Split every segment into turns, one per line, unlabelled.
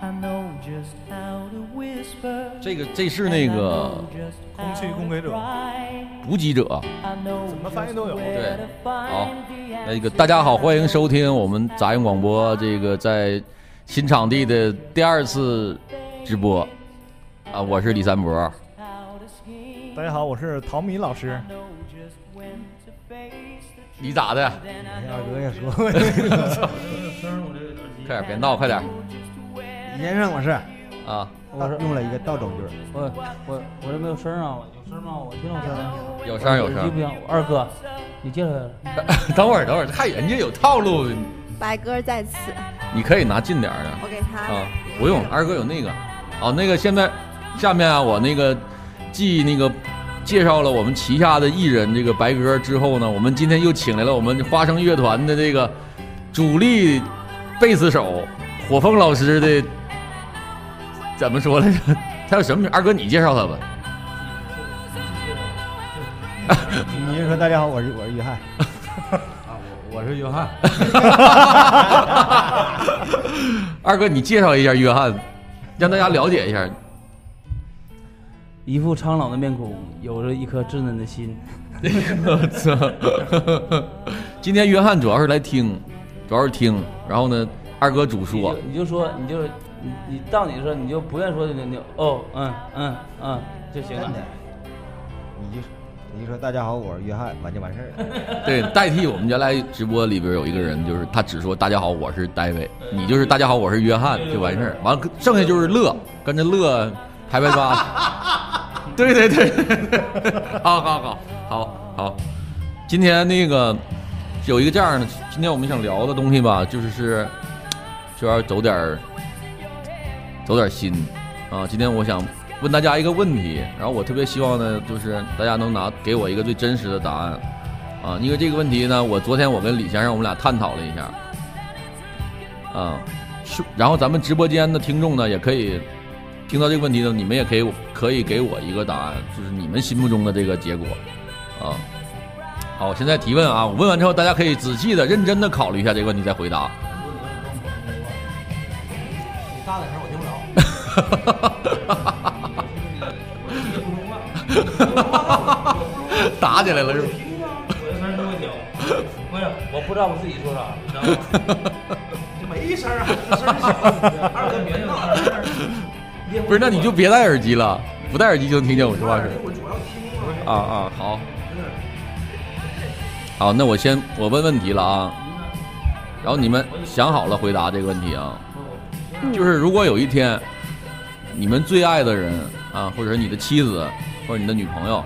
I know just how to whisper.
这个这是那个
空气攻给者
补给者，
怎
怎么翻译都有
对，好，那个大家好，欢迎收听我们杂音广播这个在新场地的第二次直播啊，我是李三博，
大家好，我是陶米老师。
啊
你咋的？
二哥也说，
快点，别闹，快点
先生我是，
啊！
我用了一个倒装句儿，
我我我这没有声儿啊，有声吗？我听到声儿。
有声儿有声
耳机不
儿，
行，我二哥，你介绍介绍。
等会儿等会儿，看人家有套路，
白鸽在此，
你可以拿近点儿的。
我给他
啊，不用，二哥有那个，哦，那个现在下面啊，我那个继那个介绍了我们旗下的艺人这个白鸽之后呢，我们今天又请来了我们花生乐团的这个主力贝斯手火凤老师的，怎么说来着？ 他叫什么名？二哥你介绍他吧。
嗯
你就说大家好，我是我是约翰，
我是约翰。
二哥你介绍一下约翰，让大家了解一下。
一副苍老的面孔，有着一颗稚嫩的心。
我操！ 今天约翰主要是来听，主要是听，然后呢，二哥主
你
说
就。你就说，你就你你到你说，你就不愿说就你就哦，嗯嗯嗯就行了。
你就你就说大家好，我是约翰，完就完事儿了。
对，代替我们原来直播里边有一个人，就是他只说“大家好，我是戴维”，你就是“大家好，我是约翰”就完事儿。完了，剩下就是乐，跟着乐拍拍吧。对对对， 好好好好好。今天那个有一个这样的，今天我们想聊的东西吧，就是是就要走点儿走点儿心啊。今天我想问大家一个问题，然后我特别希望呢，就是大家能拿给我一个最真实的答案。啊，因为这个问题呢，我昨天我跟李先生我们俩探讨了一下，啊，是，然后咱们直播间的听众呢，也可以听到这个问题呢，你们也可以可以给我一个答案，就是你们心目中的这个结果，啊，好，现在提问啊，我问完之后，大家可以仔细的、认真的考虑一下这个问题再回答。 你大点声，我听不着。打起来了是吧？
我的声儿这么小，不是，我不知道我自己说啥，你知道 吗？
啊
二哥别闹 了，
不是，那你就别戴耳机了，不戴耳机就能听见我说话声。啊啊，好。好，那我先我问问题了啊，然后你们想好了回答这个问题啊。就是如果有一天，你们最爱的人啊，或者是你的妻子或者你的女朋友，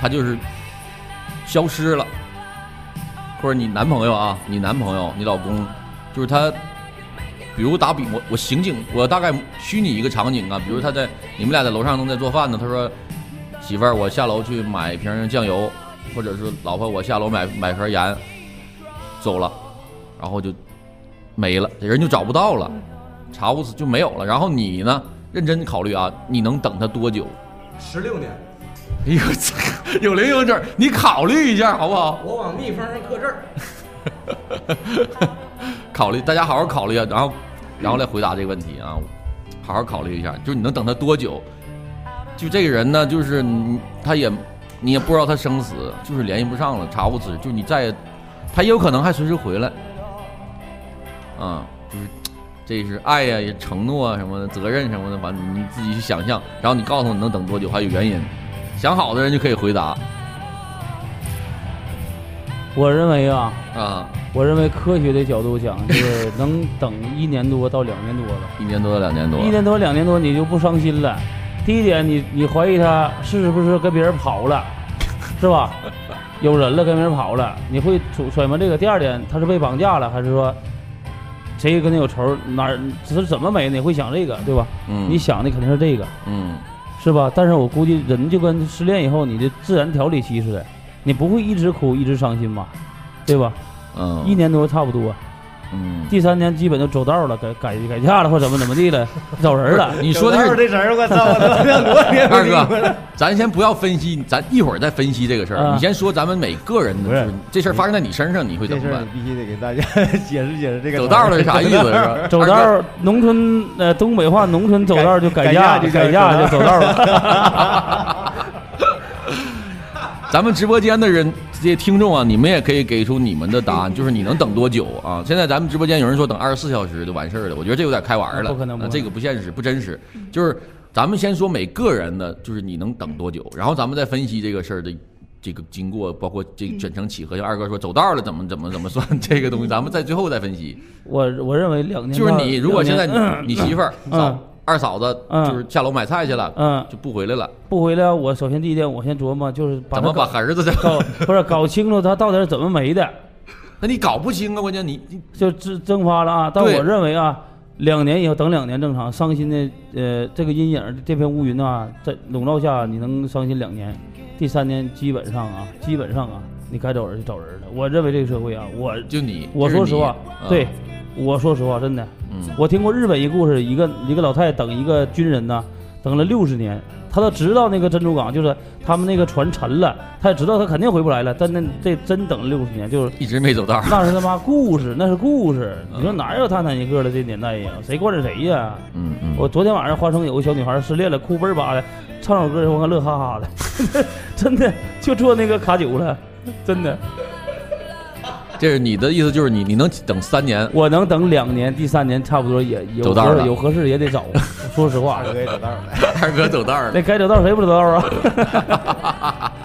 她就是消失了，或者你男朋友啊，你男朋友、你老公，就是他比如打比我我刑警，我大概虚拟一个场景啊，比如他在你们俩在楼上正在做饭呢，他说媳妇儿，我下楼去买瓶酱油，或者是老婆，我下楼买买盒盐，走了，然后就没了，这人就找不到了，查无此就没有了。然后你呢，认真考虑啊，你能等他多久？
十六年，
哎呦， 我操有零有整，你考虑一下好不好？
我往蜜蜂上刻字儿。
考虑，大家好好考虑啊，然后，然后来回答这个问题啊，好好考虑一下，就是你能等他多久？就这个人呢，就是你他也，你也不知道他生死，就是联系不上了，查无此事，就是你再，他也有可能还随时回来，啊，就是这是爱呀、也承诺啊什么的，责任什么的，反正你自己去想象，然后你告诉我你能等多久，还有原因，想好的人就可以回答
我认为啊，
啊，
我认为科学的角度讲，就是能等一年多到两年多了。
一年多到两年多，
一年多两年多你就不伤心了。第一点你，你怀疑他是不是跟别人跑了，是 吧？有人了，跟别人跑了，你会揣揣摩这个。第二点，他是被绑架了，还是说谁跟他有仇？哪儿只是怎么没的？你会想这个，对吧？
嗯，
你想的肯定是这个，
嗯
是吧？但是我估计人就跟失恋以后，你的自然调理期似的，你不会一直哭一直伤心吧？对吧？
嗯，
一年多差不多，
嗯，
第三年基本就走道了，改改改嫁了或怎么怎么地了，找 人了。
你说的
有道
是
儿这词儿，我操，我 他妈让多少年没
二
听过
哥，咱先不要分析，咱一会儿再分析这个事儿。
啊
你先说咱们每个人的，
不是
就是这事儿发生在你身上，你会
这
怎
事
么
儿
办？
你必须得给大家解释解释这个
走道了是啥意思？是吧？
走道
二
儿，农村呃，东北话，农村走道儿就
改
改嫁，
改嫁就
改嫁就走道 儿了。
哥，咱们直播间的人，这些听众啊，你们也可以给出你们的答案，就是你能等多久啊？现在咱们直播间有人说等二十四小时就完事儿了，我觉得这有点开玩儿了，
不可能不
啊
可能
这个不现实，不真实。就是咱们先说每个人的，就是你能等多久，然后咱们再分析这个事儿的。这个经过，包括这个卷成起合，像二哥说走道儿了，怎么怎么怎么算这个东西，咱们在最后再分析。
我我认为两年
就是
半
你，如果现在
两
你
年
你媳妇儿
嗯
嫂二嫂子
嗯
就是下楼买菜去了，
嗯
就不回来了，
不回来，我首先第一点，我先琢磨就是把
怎
他
么把
搞
儿子这？
搞不是搞清楚他到底是怎么没的，
那你搞不清啊，关键你你
就蒸蒸发了啊。但
对
我认为啊，两年以后等两年正常，伤心的呃这个阴影这片乌云呐、在笼罩下你能伤心两年，第三年基本上啊，基本上啊，你该找人就找人了。我认为这个社会啊，我
就你，
我
就是
说实
你啊
话，对，，我说实话，真的，
嗯
我听过日本一故事，一个一个老太太等一个军人呢，等了六十年，她都知道那个珍珠港就是他们那个船沉了，她也知道她肯定回不来了，但那这真等了六十年，就是
一直没走 道儿，
那是他妈故事，那是故事，你说哪有泰坦尼克了这年代呀？谁惯着谁呀？
嗯嗯，
我昨天晚上花生有个小女孩失恋了，哭奔儿巴的，唱首歌我看乐哈哈的， 真的就坐那个卡酒了，真的。
这是你的意思，就是你你能等三 年，
我能等两年，第三年差不多也有
走道
合
了
有合适也 得找。说实话
二，哥也走道儿了，
二哥走道儿了
那。该走道谁不走道啊？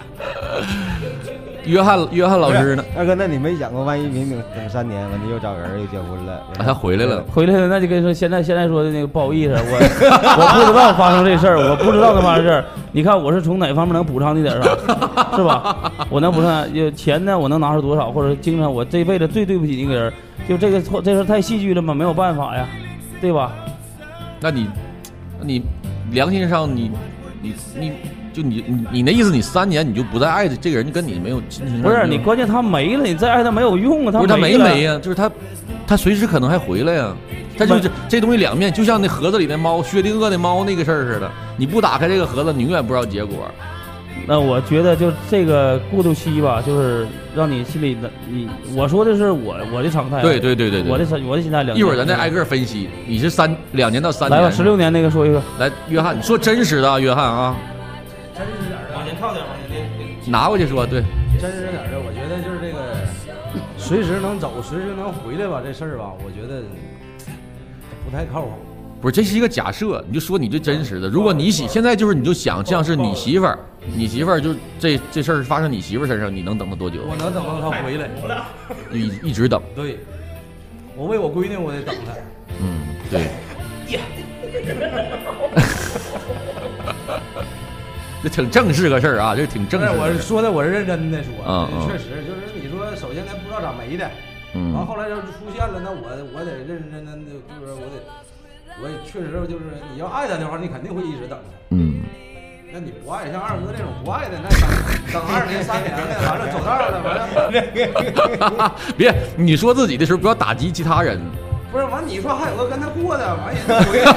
约翰约翰老师呢？
二哥，那你没想过，万一明明等三年，完了又找人又结婚了，
啊他回来了，
回来了那就跟说现在现在说的那个不好意思， 我我不知道发生这事儿，我不知道他妈的事儿。你看我是从哪方面能补偿你点儿 啥，是吧？我能补偿有钱呢，我能拿出多少？或者经常我这辈子最对不起那个人，就这个错这事儿太戏剧了嘛，没有办法呀，对吧？啊
那你那你良心上你你你就你你你那意思，你三年你就不再爱这这个人，跟你没有亲情上
不是
没有
你，关键他没了，你再爱他没有用啊，
嗯不是他没
了
没呀、就是他，他随时可能还回来呀、他就
没
这这东西两面，就像那盒子里的猫，薛定谔那猫那个事儿似的。你不打开这个盒子，你永远不知道结果。
那我觉得就这个过渡期吧，就是让你心里的你，我说的是我我的常态啊，
对对对对对，
我的常我的心态两年。
一会儿咱再挨个分析。你是三两年到三年，
来吧，十六年那个说一个，
来，约翰，你说真实的啊，约翰啊，
真实点儿的，往前靠点，往前
拿过去说，对，
真实点儿的，我觉得就是这个，随时能走，随时能回来吧，这事儿吧，我觉得不太靠谱。
不是，这是一个假设，你就说你最真实的。如果你媳现在就是你就想像是你媳妇儿，你媳妇儿就这这事儿发生你媳妇儿身上，你能等她多久？
我能等到他回来，
一一直等，
对，我为我闺女，我得等她。
嗯，对。 这挺正式个事儿啊，这挺正
但
式
哎
是
个
我
事
是
儿。
说的，我是认真的说
嗯嗯，
确实就是你说，首先咱不知道咋没的，
嗯
完后来要是出现了，那我我得认认真真的，就是我得，我也确实就是你要爱他的话，你肯定会一直等他。
嗯，
那你不爱，像二哥这种不爱的，那等等二年三年的，完了走道了，完了
别，你说自己的时候不要打击其他人。
不是完，你说还有个跟他过的，完人家回来，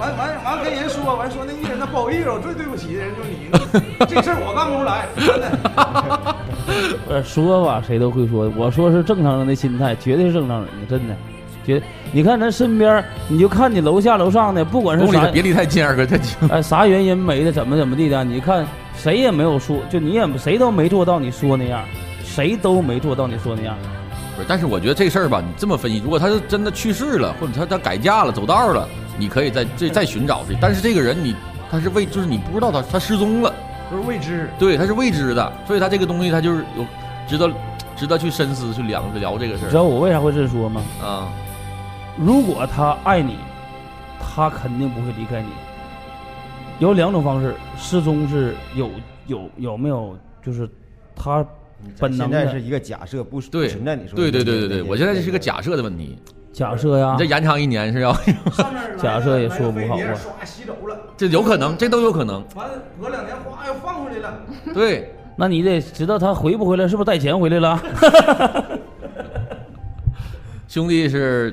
完完完跟人说，完说那意思，那不好意思，我最对不起的人就是你，这事儿我干不出来，真 的。
呃，说吧，谁都会说。我说是正常人的心态，绝对是正常人的，真的。绝，你看咱身边儿，你就看你楼下楼上的，不管是
公里
啥
别离太近，二哥，太近。
哎啥原因没的，怎么怎么地的，你看谁也没有说，就你也谁都没做到你说那样，谁都没做到你说那样。
不是，但是我觉得这事儿吧，你这么分析，如果他是真的去世了，或者他他改嫁了、走道了，你可以再
嗯
这再寻找去。但是这个人你他是未，就是你不知道他他失踪了，
都是未知，
对，他是未知的，所以他这个东西他就是有值得值得去深思去聊聊这个事
你知道我为啥会这么说吗？
儿啊。
如果他爱你，他肯定不会离开你。有两种方式，失踪是有有有没有，就是他本能
现在是
的
一个假设，不不
对，
存在你说的
对对对对
这啊些
对，我现在这是个。假设的问题，
假设呀
你再，延长一年是 要，
上面来
假设也说不好啊
来个飞碟唰吸走了，
这有可能，这都有可能，
完了隔两年哗又放回来了，
对。
那你得知道他回不回来，是不是带钱回来了？
兄弟是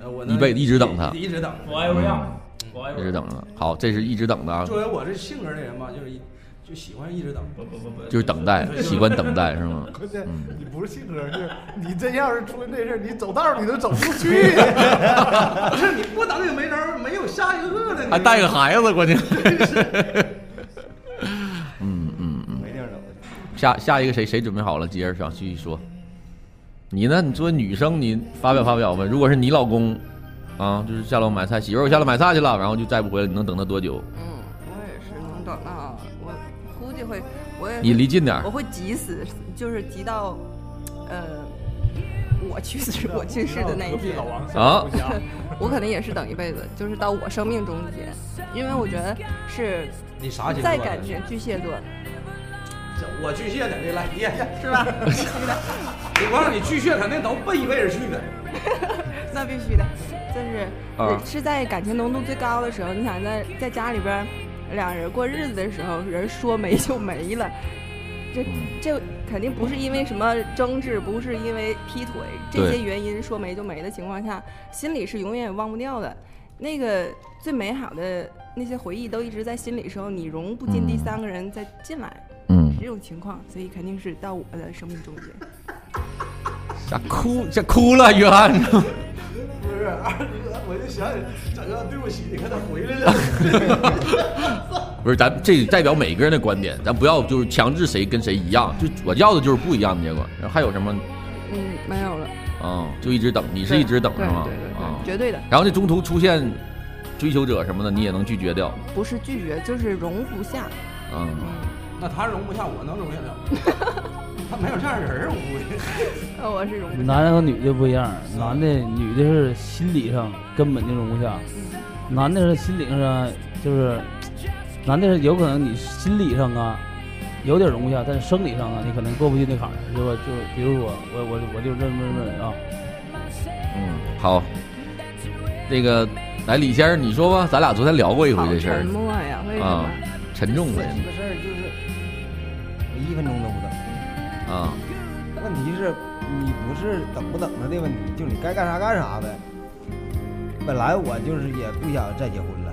呃我
一辈子一直等他
一直等
我爱
嗯
不让，我爱
一
不
直
让。
等着，好，这是一直等的啊，
作为我这性格的人吧，就是一就喜欢一直等。
不不不不
就是等待，喜欢等待是吗？
关键
嗯
你不是性格，是你真要是出了这事儿，你走道儿你都走不出去。
不是你不等也没招儿，没有下一个了。你
还带个孩子，关键。嗯嗯嗯，
没地儿走去。
下下一个谁谁准备好了？接着想继续说。你呢？你作为女生，你发表发表呗。如果是你老公，啊，就是下楼买菜，媳妇儿我下楼买菜去了，然后就再不回来，你能等他多久？
嗯，我也是能等到，我估计会，我也
你离近点儿
我，会急死，就是急到，呃，我去世 我去世的那一天，
啊
我可能也是等一辈子，就是到我生命终结，因为我觉得是
你啥星座
在
的
感情巨蟹座，
我巨蟹的，你来，你是 吧？你我告诉你，巨蟹肯定都奔一辈子去的。
那必须的，就是、
啊
是在感情浓度最高的时候，你想在在家里边儿两人过日子的时候，人说没就没了，这
嗯
这肯定不是因为什么争执，不是因为劈腿这
对
些原因说没就没的情况下，心里是永远忘不掉的。那个最美好的那些回忆都一直在心里的时候，你融不进第
嗯
三个人再进来，
嗯，
这种情况，所以肯定是到我的生命终结。
吓哭吓哭了，约翰。
不是二哥， 我就想起整个对不起，你看他回来了。
不是，咱这代表每个人的观点，咱不要就是强制谁跟谁一样，就我要的就是不一样的结果。然后还有什么？
嗯，没有了，
嗯，就一直等，你
你
是一直等是
对
吗
对对？对，
啊，
绝对的。
然后这中途出现追求者什么的，你也能拒绝掉。
不是拒绝，就是容不下。
嗯，
那他容不下，我能容下了。 他没有这样人儿，我估计。
呃，我是容不下。
男的和女的不一样，男的女的是心理上根本就容不下，男的是心理上就是，男的是有可能你心理上啊有点容不下，但是生理上啊你可能过不去那坎儿，对吧？就比如说我我我就认认认啊，
嗯，好，那个来李先生，你说吧，咱俩昨天聊过一回
好
这事
沉
儿
默呀，为什
啊
么？，
沉重
这
的
鸡巴事儿就是一分钟都不等。
啊，
问题是，你不是等不等他的问题，就你该干啥干啥呗。本来我就是也不想再结婚了，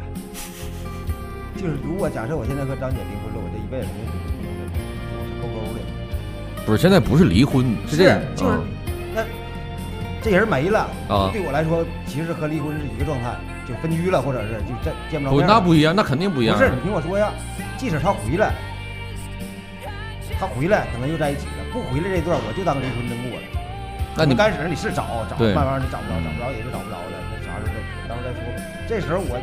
就是如果假设我现在和张姐离婚了，我这一辈子就是勾勾的。
不是，现在不是离婚，是这样，
就是
嗯
那这人没了
啊
对我来说其实和离婚是一个状态，就分居了，或者是就再见不着
不，
面了。
那不一样，那肯定不一样
不。是，你听我说呀，即使他回来，他回来可能又在一起了，不回来这段我就当离婚真过了。
那你
刚开始你是找找，
对嗯
慢慢你找不着，找不着也就找不着了，那啥时候再到时候再说呗。这时候我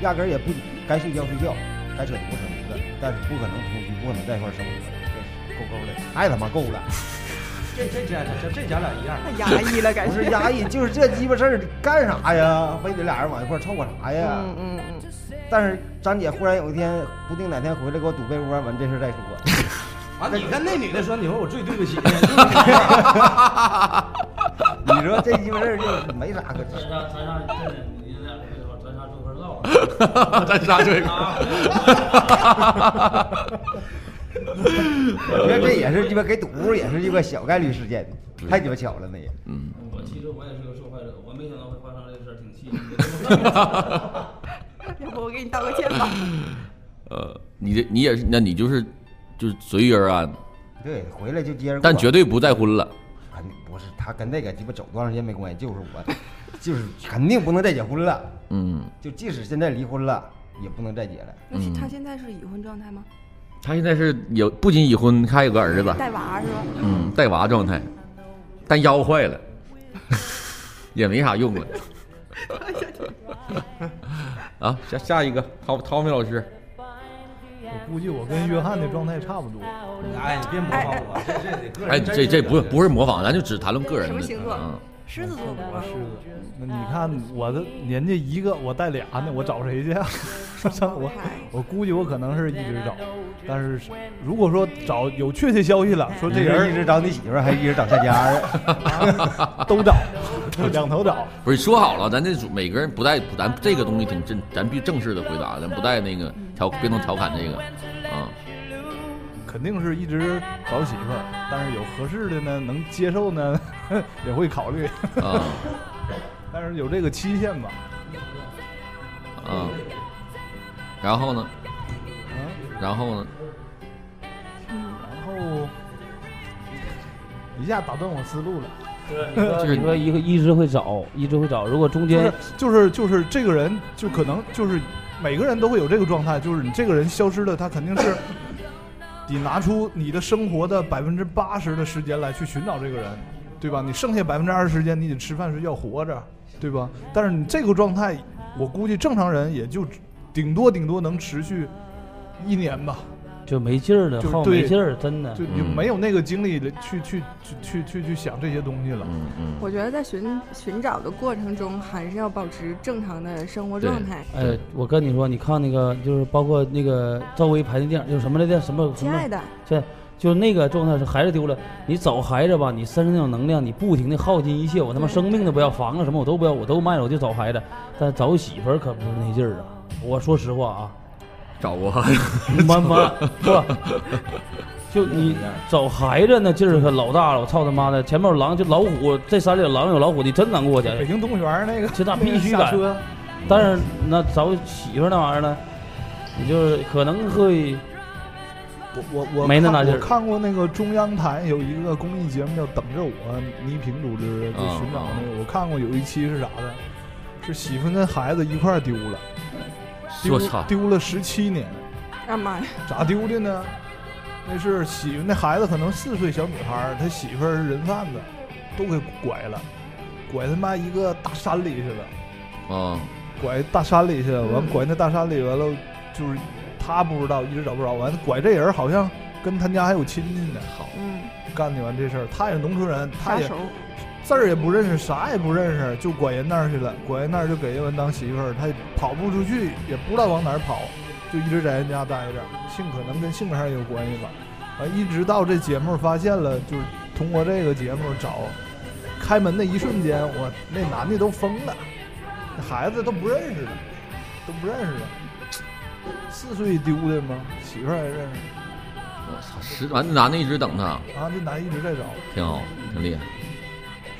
压根儿也不该睡觉睡觉，该扯犊子扯犊子，但是不可能同居，不可能在一块儿生活，这够够的，太他妈够了。
这这这这这咱俩一样。
太压抑了，感
不是
觉。
压抑，就是这鸡巴事儿干啥呀？非得俩人往一块儿凑合啥呀？
嗯嗯嗯，
但是张姐忽然有一天，不定哪天回来给我堵被窝，完这事儿再说。
完，你跟那女的说，你说我最对 不起你。
你说这鸡巴事儿就是没啥可
咱
说。
仨咱仨真的，你俩这块咱仨坐块唠。
咱仨对。
我觉得这也是鸡巴给堵屋，也是鸡巴小概率事件，太鸡巴巧了那也。
我其实我也是个受害者，我没想到会发生这个事儿，挺气。
要不我给你道个歉吧？
呃，你这你也是，那你就是就是随遇而安，
对，回来就接着过。
但绝对不再婚了。
肯定不是他跟那个鸡巴走多长时间没关系，就是我，就是肯定不能再结婚了。
嗯，
就即使现在离婚了，也不能再结了。
那是他现在是已婚状态吗？
他现在是有不仅已婚，还有个儿子，
带娃是吧？
嗯，带娃状态，但腰坏了， 也没啥用了。 啊，下下一个涛涛米老师，
我估计我跟约翰的状态差不多。
哎，你别模仿我，这这得个人。
哎，这这不不是模仿，咱就只谈论个人
什
的。
么星座
嗯，
狮子座不
我
吗
狮？子，那你看我的人家一个，我带俩呢，我找谁去啊？我我估计我可能是一直找，但是如果说找有确切消息了，说这
你是一
人
直找你媳妇儿，还一直找下家儿，
都找，两头找，
不是说好了，咱这组每个人不带，咱这个东西挺正，咱必须正式的回答，咱不带那个调，别能调侃这个啊。
肯定是一直找 媳妇儿。但是有合适的呢，能接受呢，也会考虑。
啊，
但是有这个期限吧？
啊，然后呢？
啊，
然后呢？
然后一下打断我思路了。
就是
你说一个一直会找，一直会找。如果中
就
间
是就是就是这个人，就可能就是每个人都会有这个状态，就是你这个人消失了，他肯定 是得拿出你的生活的百分之八十的时间来去寻找这个人，对吧？你剩下百分之二十时间，你得吃饭睡觉活着，对吧？但是你这个状态，我估计正常人也就顶多顶多能持续一年吧，
就没劲儿了，
就是
耗
对
没劲儿，真的
就。你就
嗯
没有那个精力去去去去去去想这些东西了。
嗯嗯，
我觉得在寻寻找的过程中，还是要保持正常的生活状态。
哎，我跟你说，你看那个，就是包括那个赵薇拍的电影，就是什么来着？什么什
亲
么
爱？的，
对，就是那个状态是孩子丢了，你找孩子吧，你身上那种能量，你不停的耗尽一切，我他妈生命都不要，房子什么我都不要，我都卖了，我就找孩子。但找媳妇儿可不是那劲儿啊！我说实话啊，
找过，
妈妈不，就你找孩子那劲儿可老大了，我操他妈的，前面有狼就老虎，这山里有狼有老虎，你真敢过去？
北京动物园儿那个，
这那必须
下
敢
车，
但是那找媳妇儿那玩意儿呢，你就是可能会
我我我
没那
看
大劲儿
我看过那个中央台有一个公益节目叫《等着我》，倪萍主持就
嗯
啊
寻找那个。我看过有一期是啥的，是媳妇跟孩子一块儿丢了，
我
丢
操，
丢了十七年，
啊妈呀，
咋丢的呢？那是媳妇那孩子可能四岁小女孩儿，她媳妇儿是人贩子，都给拐了，拐他妈一个大山里去了。
啊
拐大山里去，
嗯
完拐那大山里完了，就是他不知道，一直找不着，完拐这人好像跟他家还有亲戚呢，好
嗯，
干的完这事儿，他也农村人，他
打
也
手，
字儿也不认识，啥也不认识，就拐人那儿去了，拐人那儿就给人当媳妇儿，他也跑不出去，也不知道往哪儿跑，就一直在人家待着，性可能跟性格上也有关系吧，完一直到这节目发现了，就是通过这个节目找，开门那一瞬间，我那男的都疯了，那孩子都不认识了，都不认识了，四岁丢的吗？媳妇儿还认识
我操，十完那男的一直等他，
啊？这男的一直在找，
挺好，挺厉害。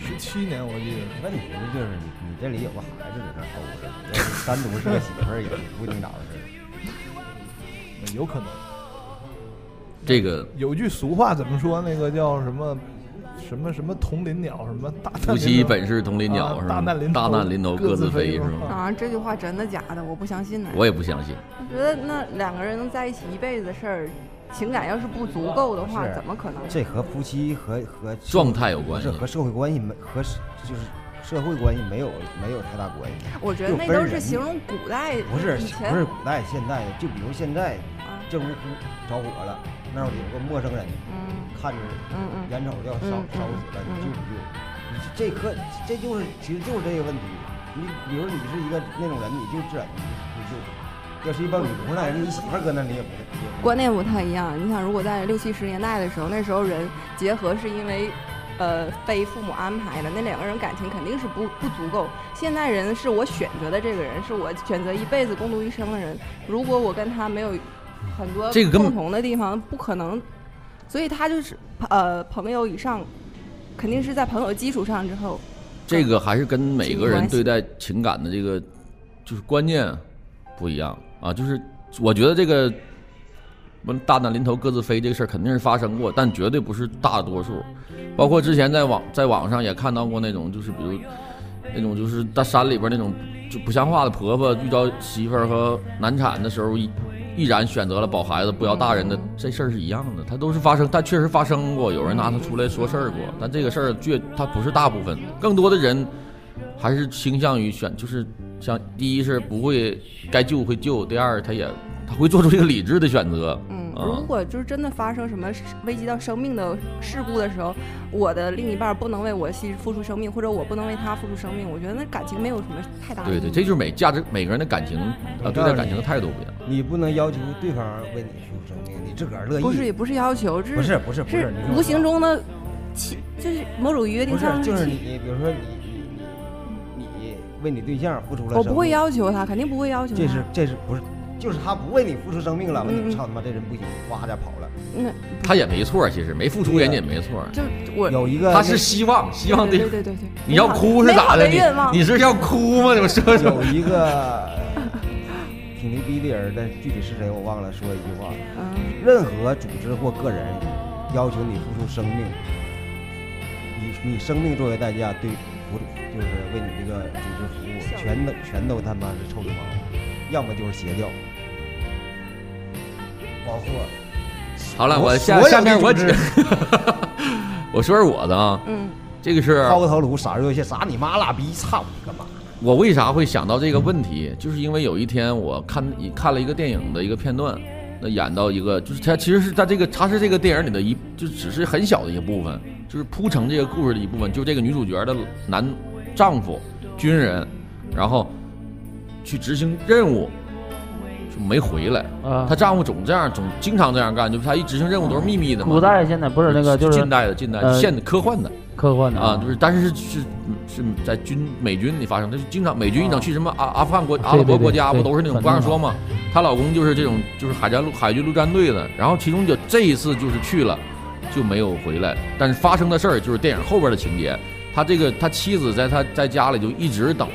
十七年我记得，
那你觉得就是你你这里有个孩子在那儿候着，要是单独是个媳妇儿也不一定找着事儿。
有可能。
这个
有句俗话怎么说？那个叫什么什么什么同林鸟，什么大 难临头
夫妻本是同林鸟，
啊
是吧？
大难临头
大难临头各
各
自
自
飞，
飞
是吗？
啊，这句话真的假的？我不相信呢。
我也不相信，
我觉得那两个人能在一起一辈子的事儿，情感要是不足够的话，
是
怎么可能？
这和夫妻和和
状态有关系
是和社会关系没和社就是社会关系没有没有太大关系。
我觉得那都是形容古代，
不是
以前
不是古代现代，就比如现在
啊，
这屋着火了，那儿有个陌生人
嗯
看着
嗯嗯
眼瞅着要烧
嗯嗯
烧死了，你救不救？你是这颗这就是其实就是这个问题。你比如你是一个那种人，你就自然你就救。要是一帮女同来人，你媳妇儿搁那里也不也不
观念不太一样。你想，如果在六七十年代的时候，那时候人结合是因为，呃，非父母安排的，那两个人感情肯定是不不足够。现代人是我选择的这个人，是我选择一辈子共度一生的人。如果我跟他没有很多
这个根本
共同的地方，不可能。所以他就是呃朋友以上，肯定是在朋友基础上之后。
这个还是跟每个人
亲
对
密
待情感的这个就是观念不一样啊。就是我觉得这个什么大难临头各自飞这个事儿肯定是发生过，但绝对不是大多数。包括之前在网在网上也看到过那种，就是比如那种就是在山里边那种就不像话的婆婆遇到媳妇儿和难产的时候，毅毅然选择了保孩子不要大人的，这事儿是一样的，它都是发生，它确实发生过，有人拿它出来说事儿过，但这个事儿绝它不是大部分，更多的人还是倾向于选，就是像第一是不会该救会救，第二他也他会做出一个理智的选择，
嗯，
啊
如果就是真的发生什么危及到生命的事故的时候，我的另一半不能为我牺付出生命，或者我不能为他付出生命，我觉得那感情没有什么太大的意
对
义。
对，这就是每价值每个人的感情啊对待感情的态度不一样。
你不能要求对方为你付出生命，你自个儿乐意。
不是也不是要求，这
不是不是不是
是
你听我
无形中的契，就是某种约定
不
上
是就
的
是
契
你，比如说你你你你为你对象付出了，
我不会，要求他，肯定不会要求他。
这是这是不是就是他不为你付出生命了，完
嗯嗯
你操他妈这人不行，哗家跑了。
那
他也没错，其实没付出人家也没错，
就我
有一个
他是希望，希望
对
对
对对对对，
你要哭是咋的？
美好愿望
你你是要哭吗？你们说说
有一个挺牛逼的人，但具体是谁我忘了，说一句话：
嗯
任何组织或个人要求你付出生命，以你生命作为代价，对服就是为你这个组织服务，全都全都他妈是臭流氓，要么就是邪教，包括
好了，
我
我下
所有
下面
的
我
组
只
织
我说说我的啊，
嗯
这个是
抛头颅、洒热血、撒你妈蜡逼，操你干嘛？
我为啥会想到这个问题，就是因为有一天我看看了一个电影的一个片段，那演到一个就是它其实是在这个它是这个电影里的一就只是很小的一部分，就是铺成这个故事的一部分，就这个女主角的男丈夫军人，然后去执行任务就没回来，
啊
她，丈夫总这样总经常这样干，就是她一执行任务都是秘密的嘛。
古代现在不是那个就是
近代的近代
呃
现科幻的。
科幻的
啊，就是但是是是是在军美军里发生，他就经常美军一整去什么阿阿富汗国阿拉伯国家，不都是那种不让说嘛？她老公就是这种就是海战陆海军陆战队的，然后其中就这一次就是去了就没有回来，但是发生的事儿就是电影后边的情节，他这个他妻子在他在家里就一直等。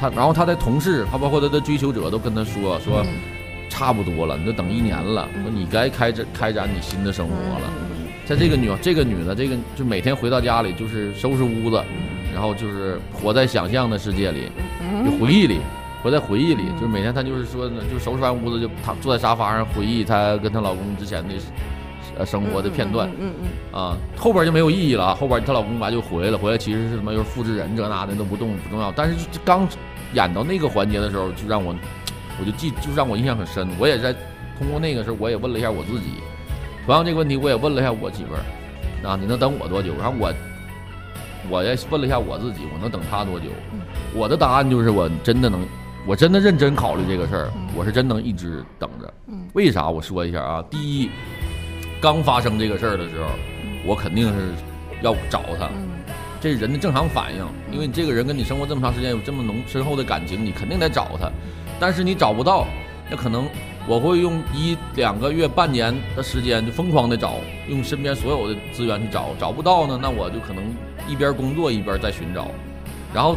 他，然后他的同事，他包括他的追求者，都跟他说说，差不多了，你都等一年了，说你该开展开展你新的生活了。像这个女这个女的，这个就每天回到家里就是收拾屋子，然后就是活在想象的世界里，就回忆里，活在回忆里，就是每天她就是说呢，就收拾完屋子就躺坐在沙发上回忆她跟她老公之前的呃生活的片段
嗯嗯
啊，后边就没有意义了啊，后边她老公完就回来了，回来其实是他妈又是复制人这那的都不动不重要，但是就刚演到那个环节的时候，就让我我就记就让我印象很深，我也在通过那个时候我也问了一下我自己。同样这个问题，我也问了一下我媳妇儿，啊，你能等我多久？然后我，我也问了一下我自己，我能等她多久？我的答案就是，我真的能，我真的认真考虑这个事儿，我是真能一直等着。为啥？我说一下啊，第一，刚发生这个事儿的时候，我肯定是要找她，
嗯
这是人的正常反应，因为你这个人跟你生活这么长时间，有这么浓深厚的感情，你肯定得找他。但是你找不到，那可能我会用一两个月、半年的时间就疯狂的找，用身边所有的资源去找，找不到呢，那我就可能一边工作一边在寻找，然后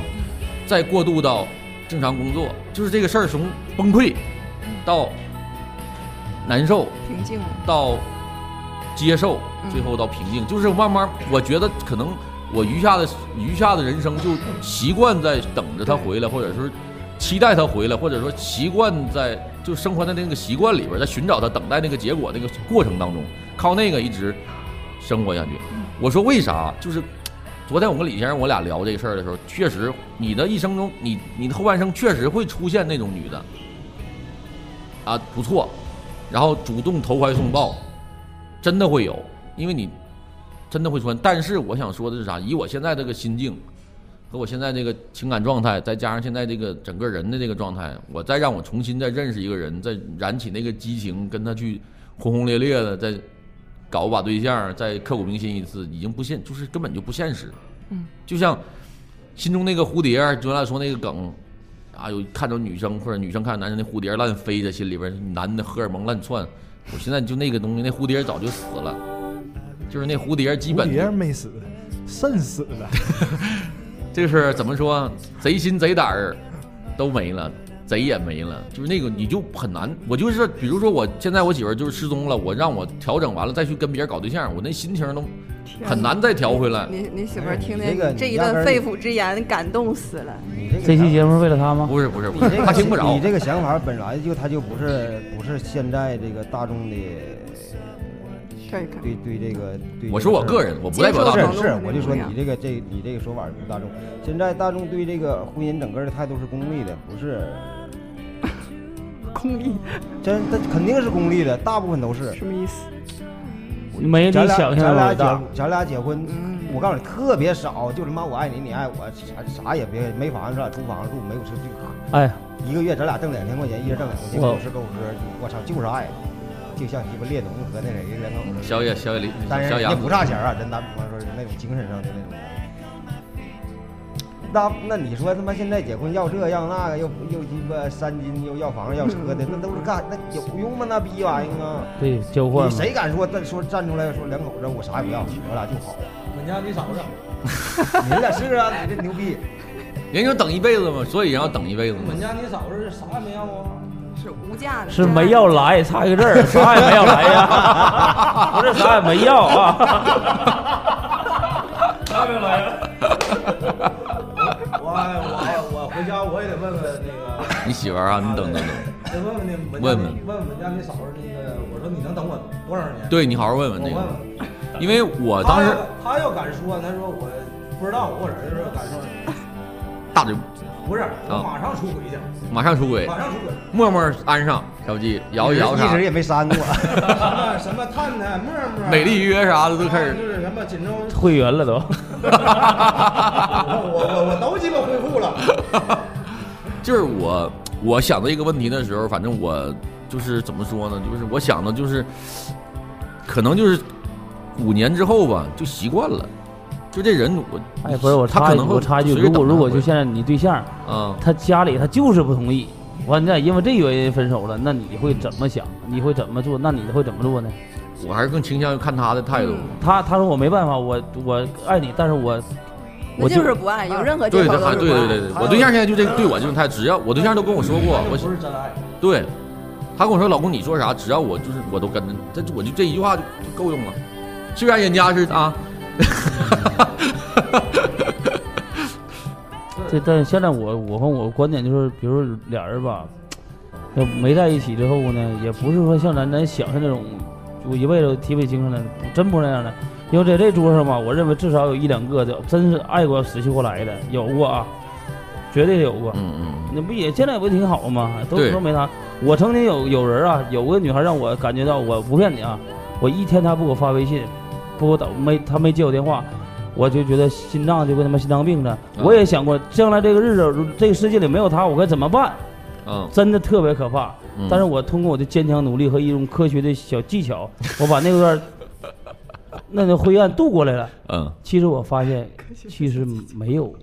再过渡到正常工作，就是这个事儿从崩溃到难受
嗯，平静，
到接受，
嗯
最后到平静，就是慢慢，我觉得可能我余下的余下的人生就习惯在等着他回来，或者说期待他回来，或者说习惯在就生活在那个习惯里边，在寻找他等待那个结果那个过程当中，靠那个一直生活下去。我说为啥？就是昨天我跟李先生我俩聊这个事儿的时候，确实你的一生中，你你的后半生确实会出现那种女的，啊不错，然后主动投怀送抱，真的会有，因为你真的会穿。但是我想说的是啥？以我现在这个心境和我现在这个情感状态，再加上现在这个整个人的这个状态，我再让我重新再认识一个人，再燃起那个激情，跟他去轰轰烈烈的再搞把对象，再刻骨铭心一次，已经不现，就是根本就不现实。
嗯，
就像心中那个蝴蝶，就像说那个梗。啊，有看着女生或者女生看着男生那蝴蝶乱飞在心里边，男的荷尔蒙乱窜。我现在就那个东西，那蝴蝶早就死了，就是那蝴蝶基
蝴
本就
蝶没死，肾死了。
这是怎么说？贼心贼胆儿都没了，贼也没了，就是那个你就很难。我就是，比如说我现在我媳妇儿就是失踪了，我让我调整完了再去跟别人搞对象，我那心情都很难再调回来。
你你媳妇儿听
哎你这个
见这
你
一
压根
段
儿
肺腑之言，感动死了。
你这个
这期
想
节目是为了他吗？
不是不是不
你
是
这，个
她听不着
你。这个想法本来就，他就不是不是现在这个大众的
看一看，
对对这个对。
我说我个人，我不代表
接受
大
这
众
种。
是是，我就说你这个这你这个说法不大众。现在大众对这个婚姻整个的态度是功利的，不是
空意
真，他肯定是功利的，大部分都是。
什么意思？
没你
咱俩
想象
咱俩
的大
结。咱俩结婚，我告诉你特别少，就他妈我爱你，你爱我，啥啥也别没房子，咱俩租房子住，没有车就
哎，
一个月咱俩挣两千块钱，一人挣两块钱，
我
够吃够喝，我操，就是爱，就像鸡巴列侬和那谁两口子。
小野小野林
但是
小
人家
杨
不差钱啊，真咱不说是那种精神上的那种。那那你说他妈现在结婚要这要那个，又又鸡巴三金又要房要车的，那都是干那有用吗？那逼玩意儿啊！
对，交换
你
嘛。
谁敢说站说站出来说两口子我啥也不要，我俩就好？
我家你嫂子，
你俩是啊，你这牛逼！
人就等一辈子嘛，所以人要等一辈子嘛
我。家你嫂子是啥也没要啊。
是无价的，
是没要来，差一个字儿，啥也没要来呀， 不是啥也没要啊，啥也没有来呀。
我我我回家我也得问问那个，
你媳妇儿啊，你等等等，
得哎问问那文
问
问问文家那嫂子那个，我说你能等我多长时间？，
对你好好问问
我问
那个，
问。
因为我当时
他要他要敢说，他说我不知道，我儿子说感受
大嘴
不是，我
啊
马上出轨去，
马上出轨，
马上出 轨，
默默安上手机 摇一摇
一
啥，
直也没删过。
什么什么探探、陌陌、啊
美丽约啥的
就
都开始。
是什么锦州， 我
会员了都，
我我都鸡巴恢复了，
就是我我想到一个问题的时候，反正我就是怎么说呢，就是我想的就是，可能就是五年之后吧，就习惯了。就这人，我
哎，不是我
他
插
可
一句，
能会
我插一句，
随时
如果
等他
如果就
回
现在你对象，
啊，
他家里他就是不同意，完你俩因为这原因分手了，那你会怎么想？你会怎么做？那你会怎么做呢？
我还是更倾向于看他的态度。
嗯
他他说我没办法，我我爱你，但是我
我
我
就是不爱，
啊
有任何
对
借口
对
都是
对
不
对
爱
对，对我对象现在就这对我这种态，只要我对象都跟我说过，
那
我
就不是真爱。
对，他跟我说老公你说啥，只要我就是我都跟着，这我就这一句话就就够用了。虽然人家是啊，
这但现在我我和我观点就是，比如说俩人吧，要没在一起之后呢，也不是说像咱咱想象那种，我一辈子提不起精神来，真不是那样的。因为在这桌上吧，我认为至少有一两个的，真是爱过死去活来的，有过啊，绝对有过。
嗯嗯，
那不也现在不挺好吗？都
对
都没啥。我曾经有有人啊，有个女孩让我感觉到，我不骗你啊，我一天她不给我发微信，不给我打没她没接我电话，我就觉得心脏就跟他妈心脏病了。
嗯
我也想过，将来这个日子，如这个世界里没有她，我该怎么办？
嗯
真的特别可怕。
嗯，
但是我通过我的坚强努力和一种科学的小技巧，我把那 段儿那个灰暗度过来了。
嗯。
其实我发现，其实没有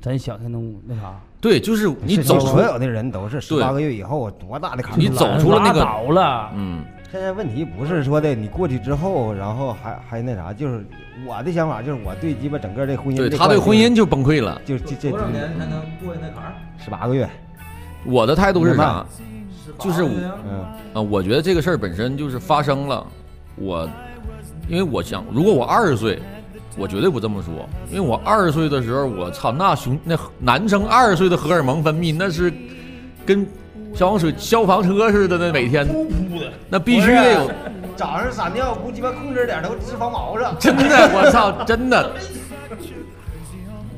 咱想象中那啥。
对，就是 你
是
走出
所，有的人都是十八个月以后啊多大的坎儿？
你走出了那个
拉倒了，
嗯
现在问题不是说的你过去之后，然后还还那啥，就是我的想法就是我对鸡巴整个这婚姻，
对他对婚姻就崩溃了。
就这这
多少年才能过去那坎儿？
十八个月，
我的态度是啥？
18
就是
岁啊
嗯，
啊，我觉得这个事儿本身就是发生了，我，因为我想，如果我二十岁，我绝对不这么说，因为我二十岁的时候，我操，那雄那男生二十岁的荷尔蒙分泌那是跟消防水消防车似的，那每天
噗噗的，
那必须得有，
早上撒尿不鸡巴控制点都脂肪毛了，
真的，我操，真的。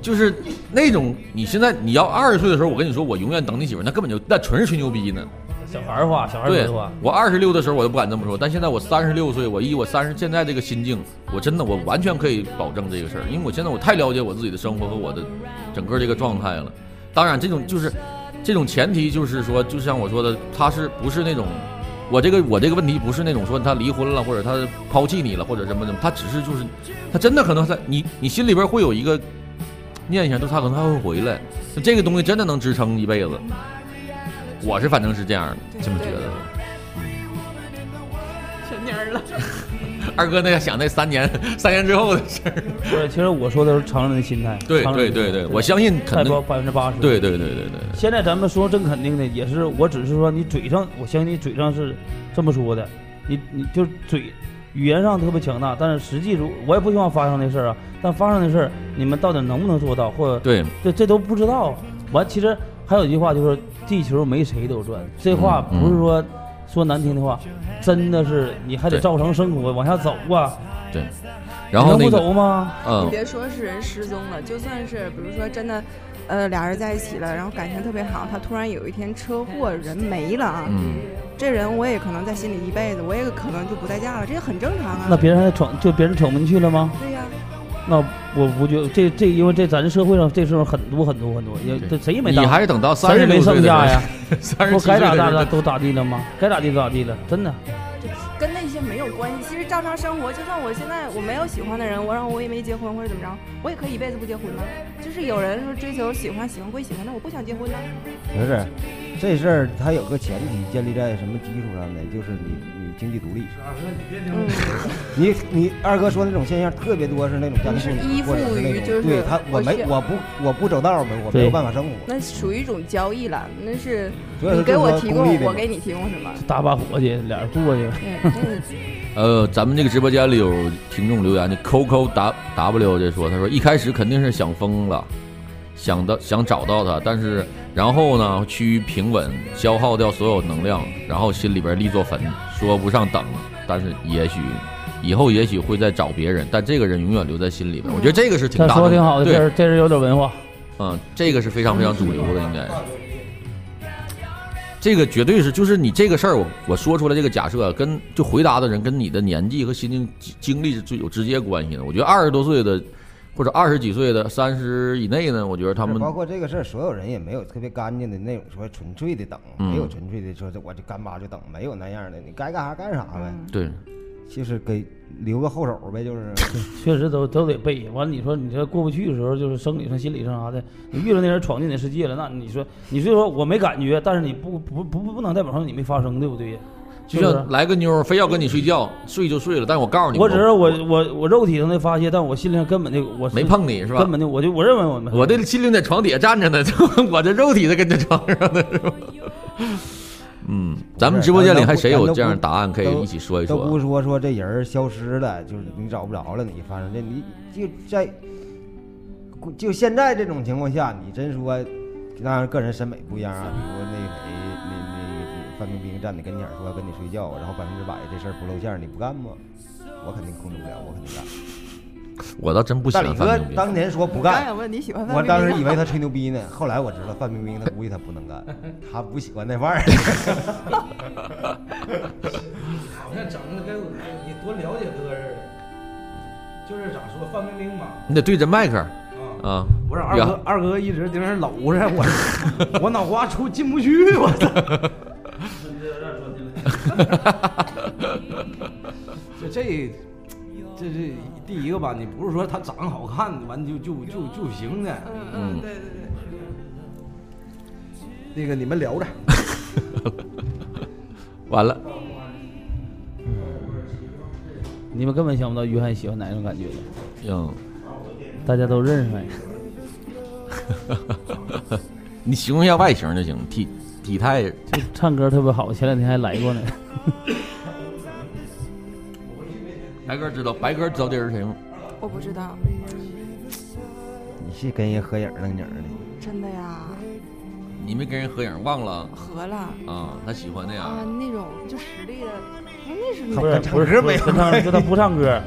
就是那种，你现在你要二十岁的时候，我跟你说，我永远等你媳妇儿，那根本就那纯是吹牛逼呢。
小孩儿话，小孩儿
对
说话，，
我二十啊六的时候我都不敢这么说，但现在我三十六岁，我以我三十现在这个心境，我真的我完全可以保证这个事儿，因为我现在我太了解我自己的生活和我的整个这个状态了。当然，这种就是这种前提就是说，就像我说的，他是不是那种我这个我这个问题不是那种说他离婚了或者他抛弃你了或者什么什么，他只是就是他真的可能在你你心里边会有一个念想，就是他可能他会回来，这个东西真的能支撑一辈子。我是反正是这样的，这么觉得的。
全蔫儿了。
二哥那个想那三年 三年之后的事儿。
不是，其实我说的是常人的心态。
对
常人
对
的心态
对对，我相信肯
太高
定。
百分之八十。
对。对对对对对，
现在咱们说真肯定的，也是我只是说你嘴上，我相信你嘴上是这么说的，你你就是嘴语言上特别强大，但是实际如我也不希望发生这事儿啊，但发生的事儿你们到底能不能做到，或者
对
这这都不知道。完，其实还有一句话就是地球没谁都转，这话
嗯嗯
不是说、说难听的话，真的是你还得
对
照常生活往下走啊，
对。然后
你
那
能不
个，
走吗？
你
嗯，
别说是人失踪了，就算是比如说真的，呃，俩人在一起了，然后感情特别好，他突然有一天车祸人没了啊，
嗯，
这人我也可能在心里一辈子，我也可能就不再嫁了，这个很正常啊。
那别人还闯，就别人闯门去了吗？
对呀、
那我不觉这这，因为这咱社会上这事儿很多很多很多，也这谁也没
你
当，
还是等到三
谁
十
也没
六岁
剩
的
下
时
呀
候，， 三十
不
七岁
该咋
的
咋
时
咋
候，
都咋地了吗？该咋地咋地了，真的。
跟那些没有关我其实照常生活，就算我现在我没有喜欢的人，我然后我也没结婚或者怎么着，我也可以一辈子不结婚呢。就是有人说追求喜欢，喜欢归喜欢，那我不想结婚呢。
不是，这事儿它有个前提，建立在什么基础上呢？就是你你经济独立。
二哥，你别
嗯
听，
你你二哥说那种现象特别多，是那种家庭妇
依
女
附
或者是那
于
种
就是
对他，我
我
没
是
我不我不走道儿们，我没有
对
办法生活。
那属于一种交易了，那是
所以
你给
就是
我
说
提
功利
供，
的
我
嘛
给你提供什 么？
搭把伙计，俩人过去，
对，那是
呃，咱们这个直播间里有听众留言的 Coco W W 就说，他说一开始肯定是想疯了，想到想找到他，但是然后呢，趋于平稳，消耗掉所有能量，然后心里边立座坟，说不上等，但是也许以后也许会再找别人，但这个人永远留在心里边。我觉得这个是挺
他
大
说
众
挺好的，这
对，
是这是有点文化。
嗯，这个是非常非常主流的，应该是。这个绝对是，就是你这个事儿，我我说出来这个假设，跟就回答的人跟你的年纪和心境经经历是最有直接关系的。我觉得二十多岁的，或者二十几岁的，三十以内呢，我觉得他们
包括这个事儿，所有人也没有特别干净的那种说纯粹的等，
嗯
没有纯粹的说这我就干巴就等，没有那样的，你该干啥干啥呗，
对
就是给留个后手呗，就是。
确实都都得背。完，你说你这过不去的时候，就是生理上、心理上啥的，你遇到那人闯进你的世界了，那你说，你虽说我没感觉，但是你不不不不不能代表说你没发生，对不对？
就是
不是
像来个妞儿非要跟你睡觉，睡就睡了，但我告诉你，
我只是我我我肉体上的发泄，但我心里上根本就我是
没碰你是吧
根？本就我就我认为我没碰
我这心灵在床底下站着呢， 我这肉体在跟这床上呢，是吧？
哎
嗯，咱们直播间里还谁有这样的答案可以一起说一
都不
说？
说说这人儿消失了，就是你找不着了，你发生这，你就在就现在这种情况下，你真说，当然个人审美不一样啊，比如那谁那那那范冰冰站你跟前儿说要跟你睡觉，然后百分之百这事儿不露馅儿，你不干吗？我肯定控制不了，我肯定干。
我倒真不喜
大
欢
李
范
哥
冰冰。
当年说不
刚
干，
想问你喜欢范
我
冰冰
当时
吗
以为他吹牛逼呢，后来我知道范冰冰他估计他不能干，他不喜欢那范儿。
好像整的跟我你多了解哥似的，啊就是咋说范冰冰嘛，
你得对着麦克儿
啊。
啊！
我让二
呀
哥，二哥一直在那儿搂着我，我脑瓜出进不去，我操！这这这这第一个吧，你不是说他长得好看，完就就就就行的。
嗯嗯，对对对。
那个你们聊着，
完了，
你们根本想不到约翰喜欢哪种感觉的。
嗯，
大家都认识哎，
你形容一下外形就行，体体态，
就唱歌特别好，前两天还来过呢。
白哥知道，白哥知道这人是谁吗？
我不知道，
你是跟人合影儿弄影儿的。
真的呀，
你没跟人合影，忘了
合了
啊？他喜欢那
啊，
样，
那种就实力的，哎，那是
不是
跟唱
不是
歌
不是
没有
跟唱
关
就他不唱歌，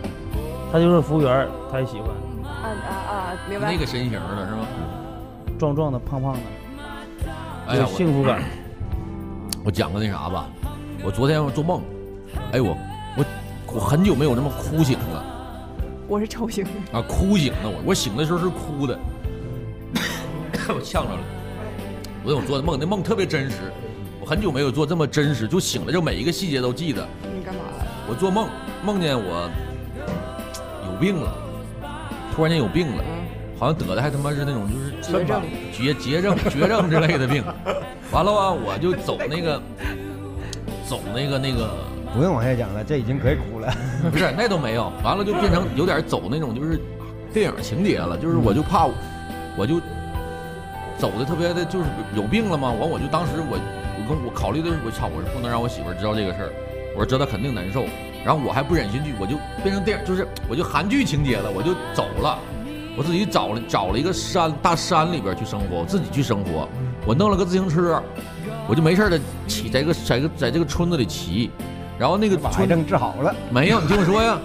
他就是服务员儿，他也喜欢，
啊啊啊，明白。
那个身形的是吗？
壮壮的、胖胖的，
哎
有
呀，
幸
我
福感。
我讲个那啥吧，我昨天做梦，哎我我我很久没有这么哭醒了
我是超型，
啊，哭醒的我，我醒的时候是哭的， 我呛着了。我有做的梦，那梦特别真实，我很久没有做这么真实，就醒了就每一个细节都记得。
你干嘛了？
我做梦梦见我有病了，突然间有病了，好像得的还他妈是那种就是
绝症
嗯绝绝症、绝症之类的病。完了啊，我就走那个走那个那个，
不用往下讲了，这已经可以哭了。
嗯
不是那都没有，完了就变成有点走那种就是电影情节了，就是我就怕我我就走的特别的就是有病了嘛。完我就当时我我跟我考虑的是我操，我是不能让我媳妇儿知道这个事儿，我说知道她肯定难受。然后我还不忍心去，我就变成电影，就是我就韩剧情节了，我就走了，我自己找了找了一个山大山里边去生活，我自己去生活，我弄了个自行车，我就没事的骑在一个在一个在这个村子里骑，然后那个
把癌
村
症治好了，
没有，你听我说呀，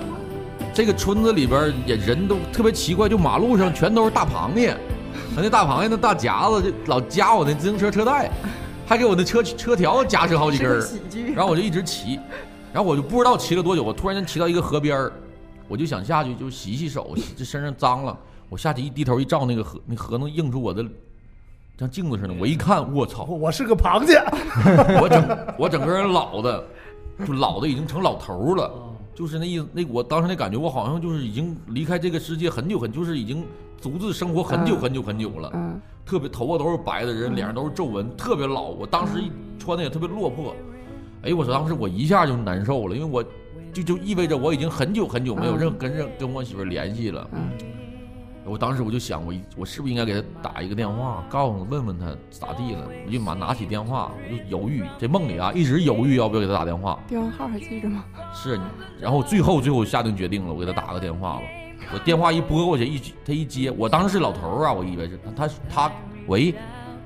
这个村子里边儿也人都特别奇怪，就马路上全都是大螃蟹，那大螃蟹那大夹子就老夹我那自行车车带，还给我那车车条夹折好几根儿，然后我就一直骑，然后我就不知道骑了多久，我突然间骑到一个河边儿，我就想下去就洗洗手，洗这身上脏了，我下去一低头一照那个河，那河能映出我的像镜子似的，我一看，我操，
我是个螃蟹，
哦
我整我整个人老的，就老的已经成老头儿了，就是那意思，那我当时那感觉，我好像就是已经离开这个世界很久很，就是已经独自生活很久
嗯
很久很久了，
嗯
特别头发都是白的人，脸上都是皱纹，特别老。我当
嗯
时一穿的也特别落魄，哎，我当时我一下就难受了，因为我就就意味着我已经很久很久没有
嗯
任跟任跟我媳妇儿联系了。
嗯
我当时我就想，我一我是不是应该给她打一个电话，告诉她问问她咋地了？我就拿拿起电话，我就犹豫，这梦里啊一直犹豫要不要给她打电话。
电话号还记着吗？
是，然后最后最后下定决定了，我给她打个电话吧。我电话一拨过去，一她一接，我当时是老头儿啊，我以为是她她她喂，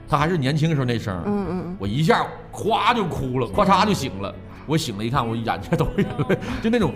她还是年轻时候那声儿，
嗯嗯
我一下咵就哭了，咔嚓就醒了。我醒了一看，我眼前都是眼泪，就那种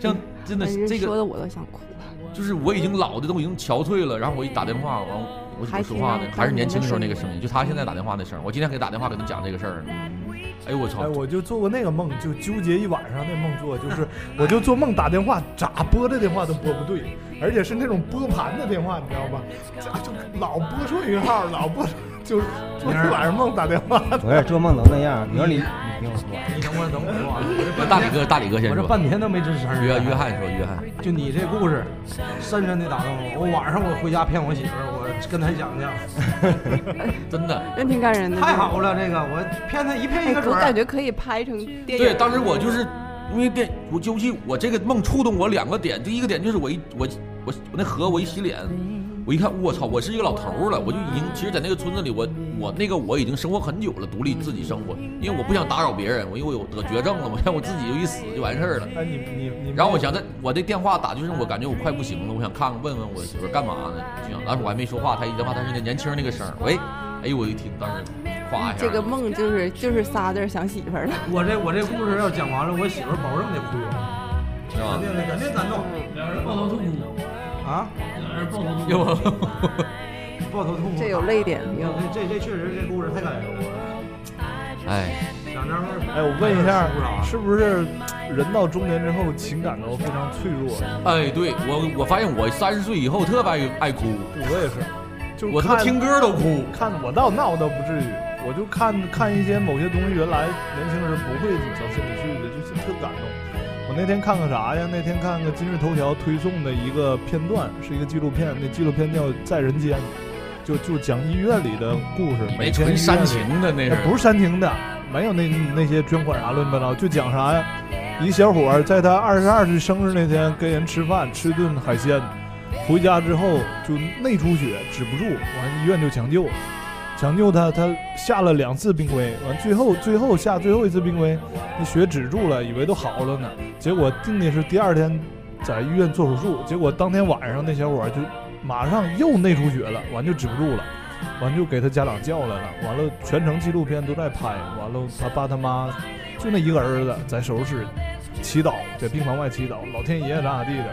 像真的
嗯，你
这个
说的我都想哭 了。
就是我已经老的都已经憔悴了，然后我一打电话，完我我
还
我说话呢
听，到
还是年轻时
嗯
候那个声音，就他现在打电话那声儿。我今天给他打电话跟他讲这个事儿呢，
嗯
哎呦我操
哎，！我就做过那个梦，就纠结一晚上。那梦做 就是，我就做梦打电话，咋拨的电话都拨不对，而且是那种拨盘的电话，你知道吧？家就老拨错一个号，老拨，就是做一晚上梦打电话。
不是做梦都那样，你说你，你听我说，
你等会儿，等会儿 啊，
那大李哥，大李哥先
我这
说。
半天都没吱声儿。
约约翰说，约翰，
就你这故事，深深的打动我。我晚上我回家骗我媳妇儿，我跟她讲讲，
真的，
那挺感人的，
太好了，这个我骗她一骗一
哎
个
我
准儿。
感觉可以拍成电影。
对，当时我就是因为电，我尤其我这个梦触动我两个点，第一个点就是我一我我我那河我一洗脸，我一看我操，我是一个老头儿了，我就已经其实，在那个村子里，我我那个我已经生活很久了，独立自己生活，因为我不想打扰别人，我因为我得绝症了，我让我自己就一死就完事儿了。
哎，你你你，
然后我想，那我的电话打，就是我感觉我快不行了，我想看看问问我媳妇儿干嘛呢？就想，当时我还没说话，她一电话，她是那年轻那个声儿，喂，哎呦我一听，当时夸一下，
这个梦就是就是仨字儿想媳妇儿了。
我这我这故事要讲完了，我媳妇儿保证得哭，
是
肯？
吧
定的，肯定感动啊，
哟，
抱头痛哭。
这有泪点，有
这这这确实这故事太感人了。
哎，
两张儿
哎，我问一下
哭啥，
是不是人到中年之后情感都非常脆弱？
哎，对我我发现我三十岁以后特别爱爱哭，
我也是，就是
我他妈
看
听歌都哭。
看我倒那我倒不至于，我就看看一些某些东西，原来年轻人不会往心里去的，就是特感动。我那天看个啥呀？那天看个今日头条推送的一个片段，是一个纪录片，那纪录片叫《在人间》，就就讲医院里的故事，
你
每
那
天
纯
医
煽
院里
情的那是，
那哎不是煽情的，没有那那些捐款啥啊乱七八糟，就讲啥呀？一小伙儿在他二十二岁生日那天跟人吃饭，吃顿海鲜，回家之后就内出血止不住，完医院就抢救，抢救他他下了两次冰盔，完最后最后下最后一次冰盔，那血止住了，以为都好了呢，结果定的是第二天在医院做手术，结果当天晚上那小伙儿就马上又内出血了，完就止不住了。完就给他家长叫来了，完了全程纪录片都在拍，完了他爸他妈就那一个儿子在手术室祈祷，在病房外祈祷，老天爷咋咋地的，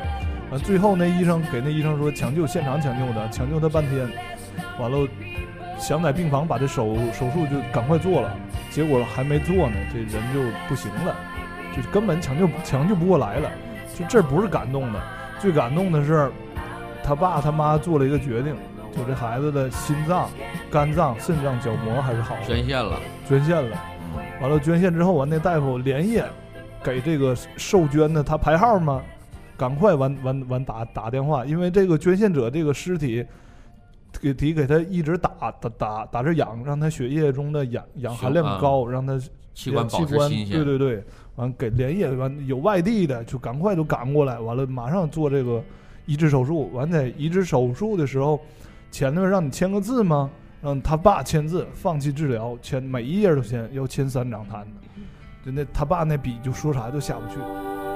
完最后那医生给那医生说抢救现场抢救的，抢救他半天，完了想在病房把这手手术就赶快做了，结果还没做呢，这人就不行了，就是根本抢救抢救不过来了，就这不是感动的，最感动的是他爸他妈做了一个决定。就这孩子的心脏、肝脏、肾脏、角膜还是好的，
捐献了，
捐献了。完了，捐献之后，完那大夫连夜给这个受捐的他排号吗？赶快完完完打打电话，因为这个捐献者这个尸体给得给他一直打打打打着氧，让他血液中的氧氧含量高，让他
器官保
器
持
官
新
对
鲜，
对对，完给连夜完有外地的就赶快就赶过来，完了马上做这个移植手术。完在移植手术的时候，前面让你签个字吗？让他爸签字，放弃治疗，签每一页都签，要签三张单的。就那他爸那笔就说啥都下不去，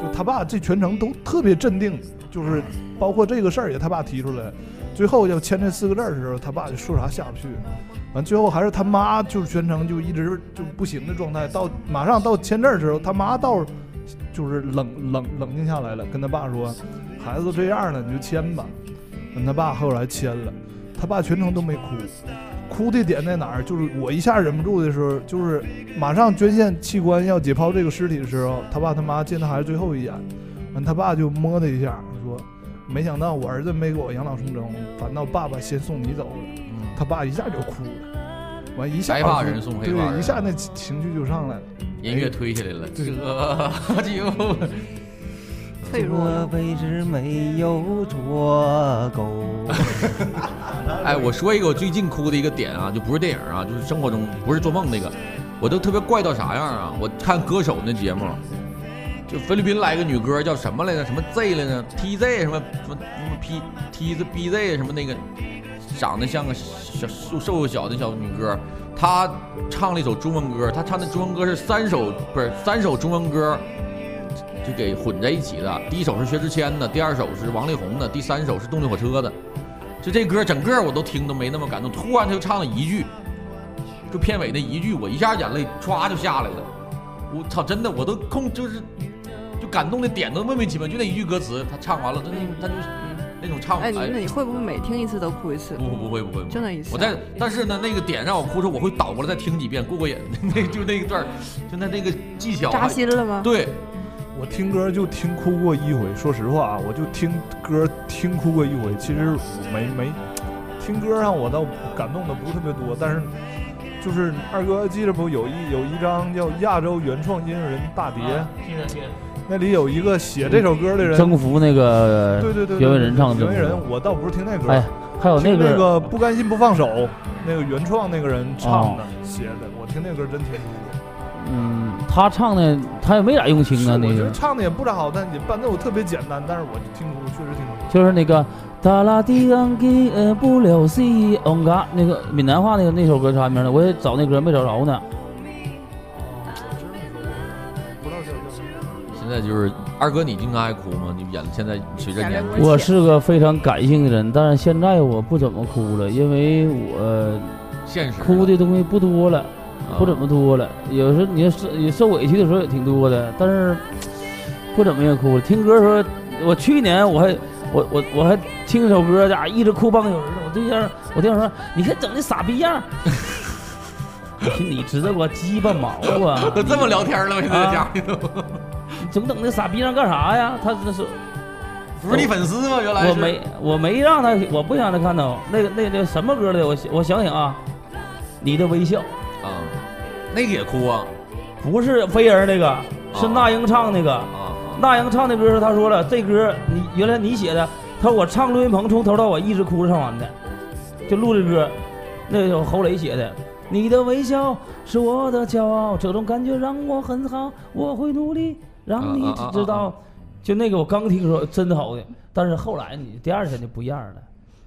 就他爸这全程都特别镇定，就是包括这个事儿也他爸提出来，最后要签这四个字儿的时候，他爸就说啥下不去，完最后还是他妈就是全程就一直就不行的状态，到马上到签字儿的时候，他妈倒就是冷冷冷静下来了，跟他爸说，孩子都这样了，你就签吧。完他爸后来签了，他爸全程都没哭，哭的点在哪儿？就是我一下忍不住的时候，就是马上捐献器官要解剖这个尸体的时候，他爸他妈见他孩子最后一眼，完他爸就摸他一下，说：“没想到我儿子没给我养老送终，反倒爸爸先送你走了。”
嗯
他爸一下就哭了，完一下
白发人送黑发
对，
人
一下那情绪就上来了。
音乐推起来了，这这又
脆弱
莫
了
非是没有做够？
哎，我说一个我最近哭的一个点啊，就不是电影啊，就是生活中不是做梦那个，我都特别怪到啥样啊？我看歌手那节目，就菲律宾来一个女歌叫什么来着？什么 Z 来着？TZ 什么什么什么 P T Z BZ 什么那个，长得像个小瘦瘦小的小女歌，她唱了一首中文歌，她唱的中文歌是三首不是三首中文歌。就给混在一起的，第一首是薛之谦的，第二首是王力宏的，第三首是动力火车的。就这歌整个我都听都没那么感动，突然他就唱了一句，就片尾那一句，我一下眼泪唰就下来了。我操，真的我都控就是就感动的点都莫名其妙，就那一句歌词，他唱完了，他那他就是那种唱法。
哎，你那
哎
你会不会每听一次都哭一次？
不不不会不会，不会
就那一次
我在，但是呢，那个点让我哭的时候，我会倒过来再听几遍，过过瘾。 那就那一段儿，就那那个技巧啊。
扎心了吗？
对，
我听歌就听哭过一回，说实话啊，我就听歌听哭过一回。其实我没没听歌上我倒感动的不是特别多，但是就是二哥记着不有一有一张叫《亚洲原创音乐人大碟》，
啊听着听着，
那里有一个写这首歌的人，
征服那个
对对对，
原文人唱的
原
征
文人
服。，
我倒不是听那歌，
哎，还有
听
个
哦那个不甘心不放手，那个原创那个人唱的、写的，我听那歌真听哭过。
嗯，他唱的他也没咋用心
是
啊，
我
那个
觉得唱的也不咋好，但也伴奏特别简单，但是我听哭，确实听哭。
就是那个哒啦滴当滴呃不了西嗯嘎那个闽南话那个那首歌啥名儿呢？我也找那歌没找着呢。
不知道叫叫什么。
现在就是二哥，你经常爱哭吗？你演现在随着
显
年
得
纪，
我是个非常感性的人，但是现在我不怎么哭了，因为我
现实
哭的东西不多了，
啊
不怎么多了。有时候你要受你受委屈的时候也挺多的，但是不怎么愿意哭了。听歌的时候，我去年我还我我我还听一首歌，家伙一直哭半个小时呢。我对象我对象说：“你看整那傻逼样儿。”我寻思 你知道我鸡巴毛啊！
都 这么聊天了吗？现在
啊
家里都
你总整那傻逼样干啥呀？他这是
不是你粉丝吗？原来
我
是
没我没让他，我不想让他看到那个那那什么歌的，我我想想啊，你的微笑
啊，那个也哭啊
不是飞儿那个，是那英唱那个。
啊啊！
那英唱的歌时候，他说了这歌你原来你写的，他说我唱录音棚从头到尾一直哭着唱完的，就录这歌，那首侯磊写的。你的微笑是我的骄傲，这种感觉让我很好，我会努力让你
啊啊啊啊
知
啊
道。就那个我刚听说真的好的，但是后来你第二天就不一样了。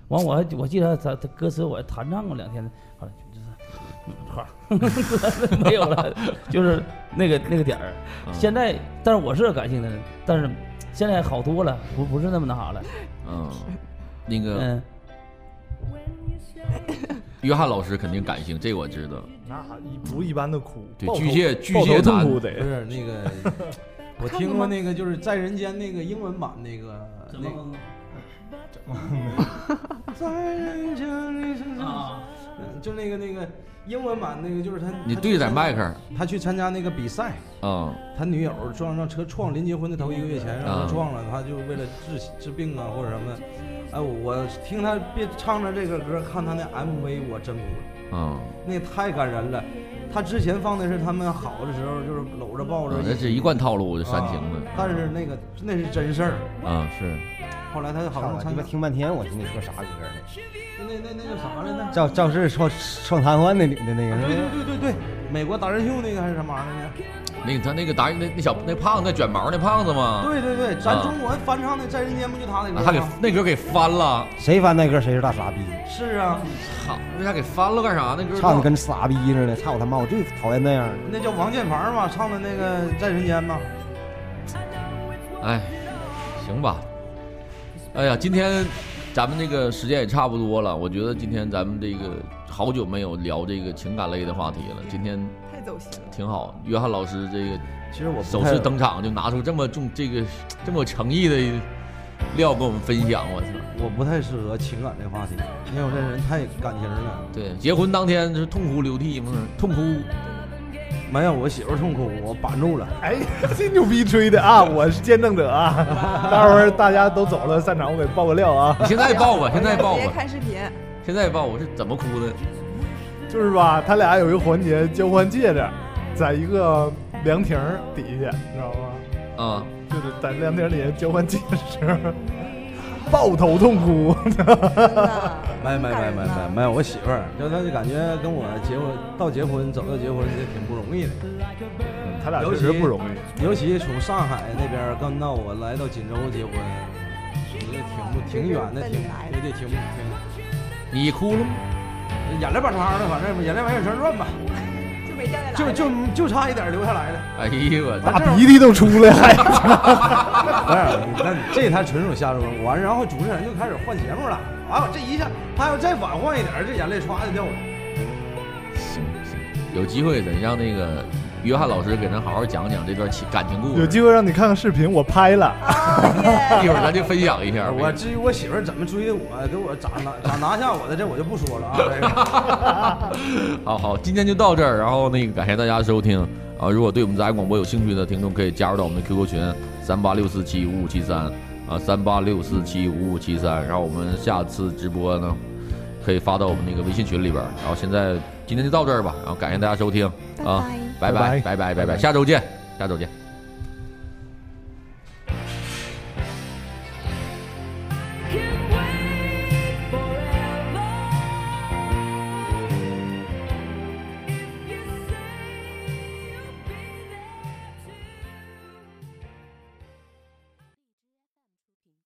完我还我记得他他歌词我还弹唱过两天，后来就是嗯花儿 没有了，就是那个那个点儿。
啊
现在，但是我是个感性的人，但是现在好多了，不不是那么那啥了。
嗯，那个
嗯，
约翰老师肯定感性，这我知道。
那一不一般的哭，
对
抱头
巨蟹巨
抱头
蟹
痛
男
哭
不
得。
是那个， 我
看
听
过
过
吗
那个就是在人间那个英文版那个那个在人间那是什么？
啊，
嗯就那个那个英文版那个就是他，
你
他
对着
去
点
参
麦克儿
他去参加那个比赛，
啊
他女友撞让车撞，临结婚的头一个月前让
啊
车撞了，他就为了治治病啊或者什么的。哎，我我听他别唱着这个歌，看他那 MV，我真哭了，
啊！
那太感人了。他之前放的是他们好的时候，就是搂着抱着
啊
起，
那是一贯套路，就煽情
啊
的。
但是那个那是真事儿。
啊，是
后来他好
看
像
我
参
鸡
加
巴听半天，我听你说啥歌呢？
那那那叫啥来着？
肇肇事撞撞瘫痪那女的那个是
对
不
对
是
对对对，美国达人秀那个还是什么玩意儿呢？
那个他那个达那那小那胖子卷毛那胖子吗？
对对对，咱中国翻唱的《在人间》不就他那
啊，
歌
他给
吗？
那歌给翻了，
嗯
谁翻那歌谁是大傻逼，
是啊，
操！为啥给翻了干啥？那歌
唱的跟傻逼似的，操他妈！我最讨厌那样的。
那叫王建房嘛，唱的那个《在人间》嘛。
哎，行吧。哎呀，今天咱们这个时间也差不多了，我觉得今天咱们这个好久没有聊这个情感类的话题了，今天
太走心了。
挺好。约翰老师这个
其实我，
首次登场就拿出这么重这个这么有诚意的料跟我们分享，我操！
我不太适合情感这话题，因为我这人太感情了。
对，结婚当天是痛哭流涕嘛，痛哭
没有，我媳妇儿痛哭，我板住了。
哎，这牛逼吹的啊！我是见证者啊！待会儿大家都走了，散场我给爆个料啊！
你现在抱
哎
吧，现在抱
直接
吧，
看视频，
现在抱吧，是怎么哭的？
就是吧，他俩有一个环节交换戒指，在一个凉亭儿底下，你知道吗？
啊，
就得在亮点里交换解释，抱头痛哭。
真的
没没没没没没，我媳妇儿，就她就感觉跟我结婚到结婚走到结婚这挺不容易的，
他俩
尤
确
其
实不容易，
尤其从上海那边儿跟到我来到锦州结婚，也挺不挺远的，挺也得挺挺
你哭了吗？
眼泪巴叉的，反正眼泪往眼圈转吧，
就没掉下
就
来，
就就差一点留下来了。
哎呦我操！
大啊鼻涕都出来了。
不是，那你这才纯属瞎说。完，然后主持人就开始换节目了。完，啊我这一下，他要再晚换一点儿，这眼泪唰就掉了。
行行，有机会得让那个约翰老师给咱好好讲讲这段情感情故事。
有机会让你看看视频，我拍了。
哦
一
耶
会儿咱就分享一下。
我至于我媳妇儿怎么追我，给我咋拿咋拿下我的，这我就不说了啊。这 个
好好，今天就到这儿，然后那个感谢大家收听啊！如果对我们杂音广播有兴趣的听众，可以加入到我们的 QQ 群三八六四七五五七三啊，三八六四七五五七三。然后我们下次直播呢，可以发到我们那个微信群里边儿。然后现在今天就到这儿吧，然后感谢大家收听啊，拜拜
拜
拜拜拜拜，下周见，下周见，拜拜。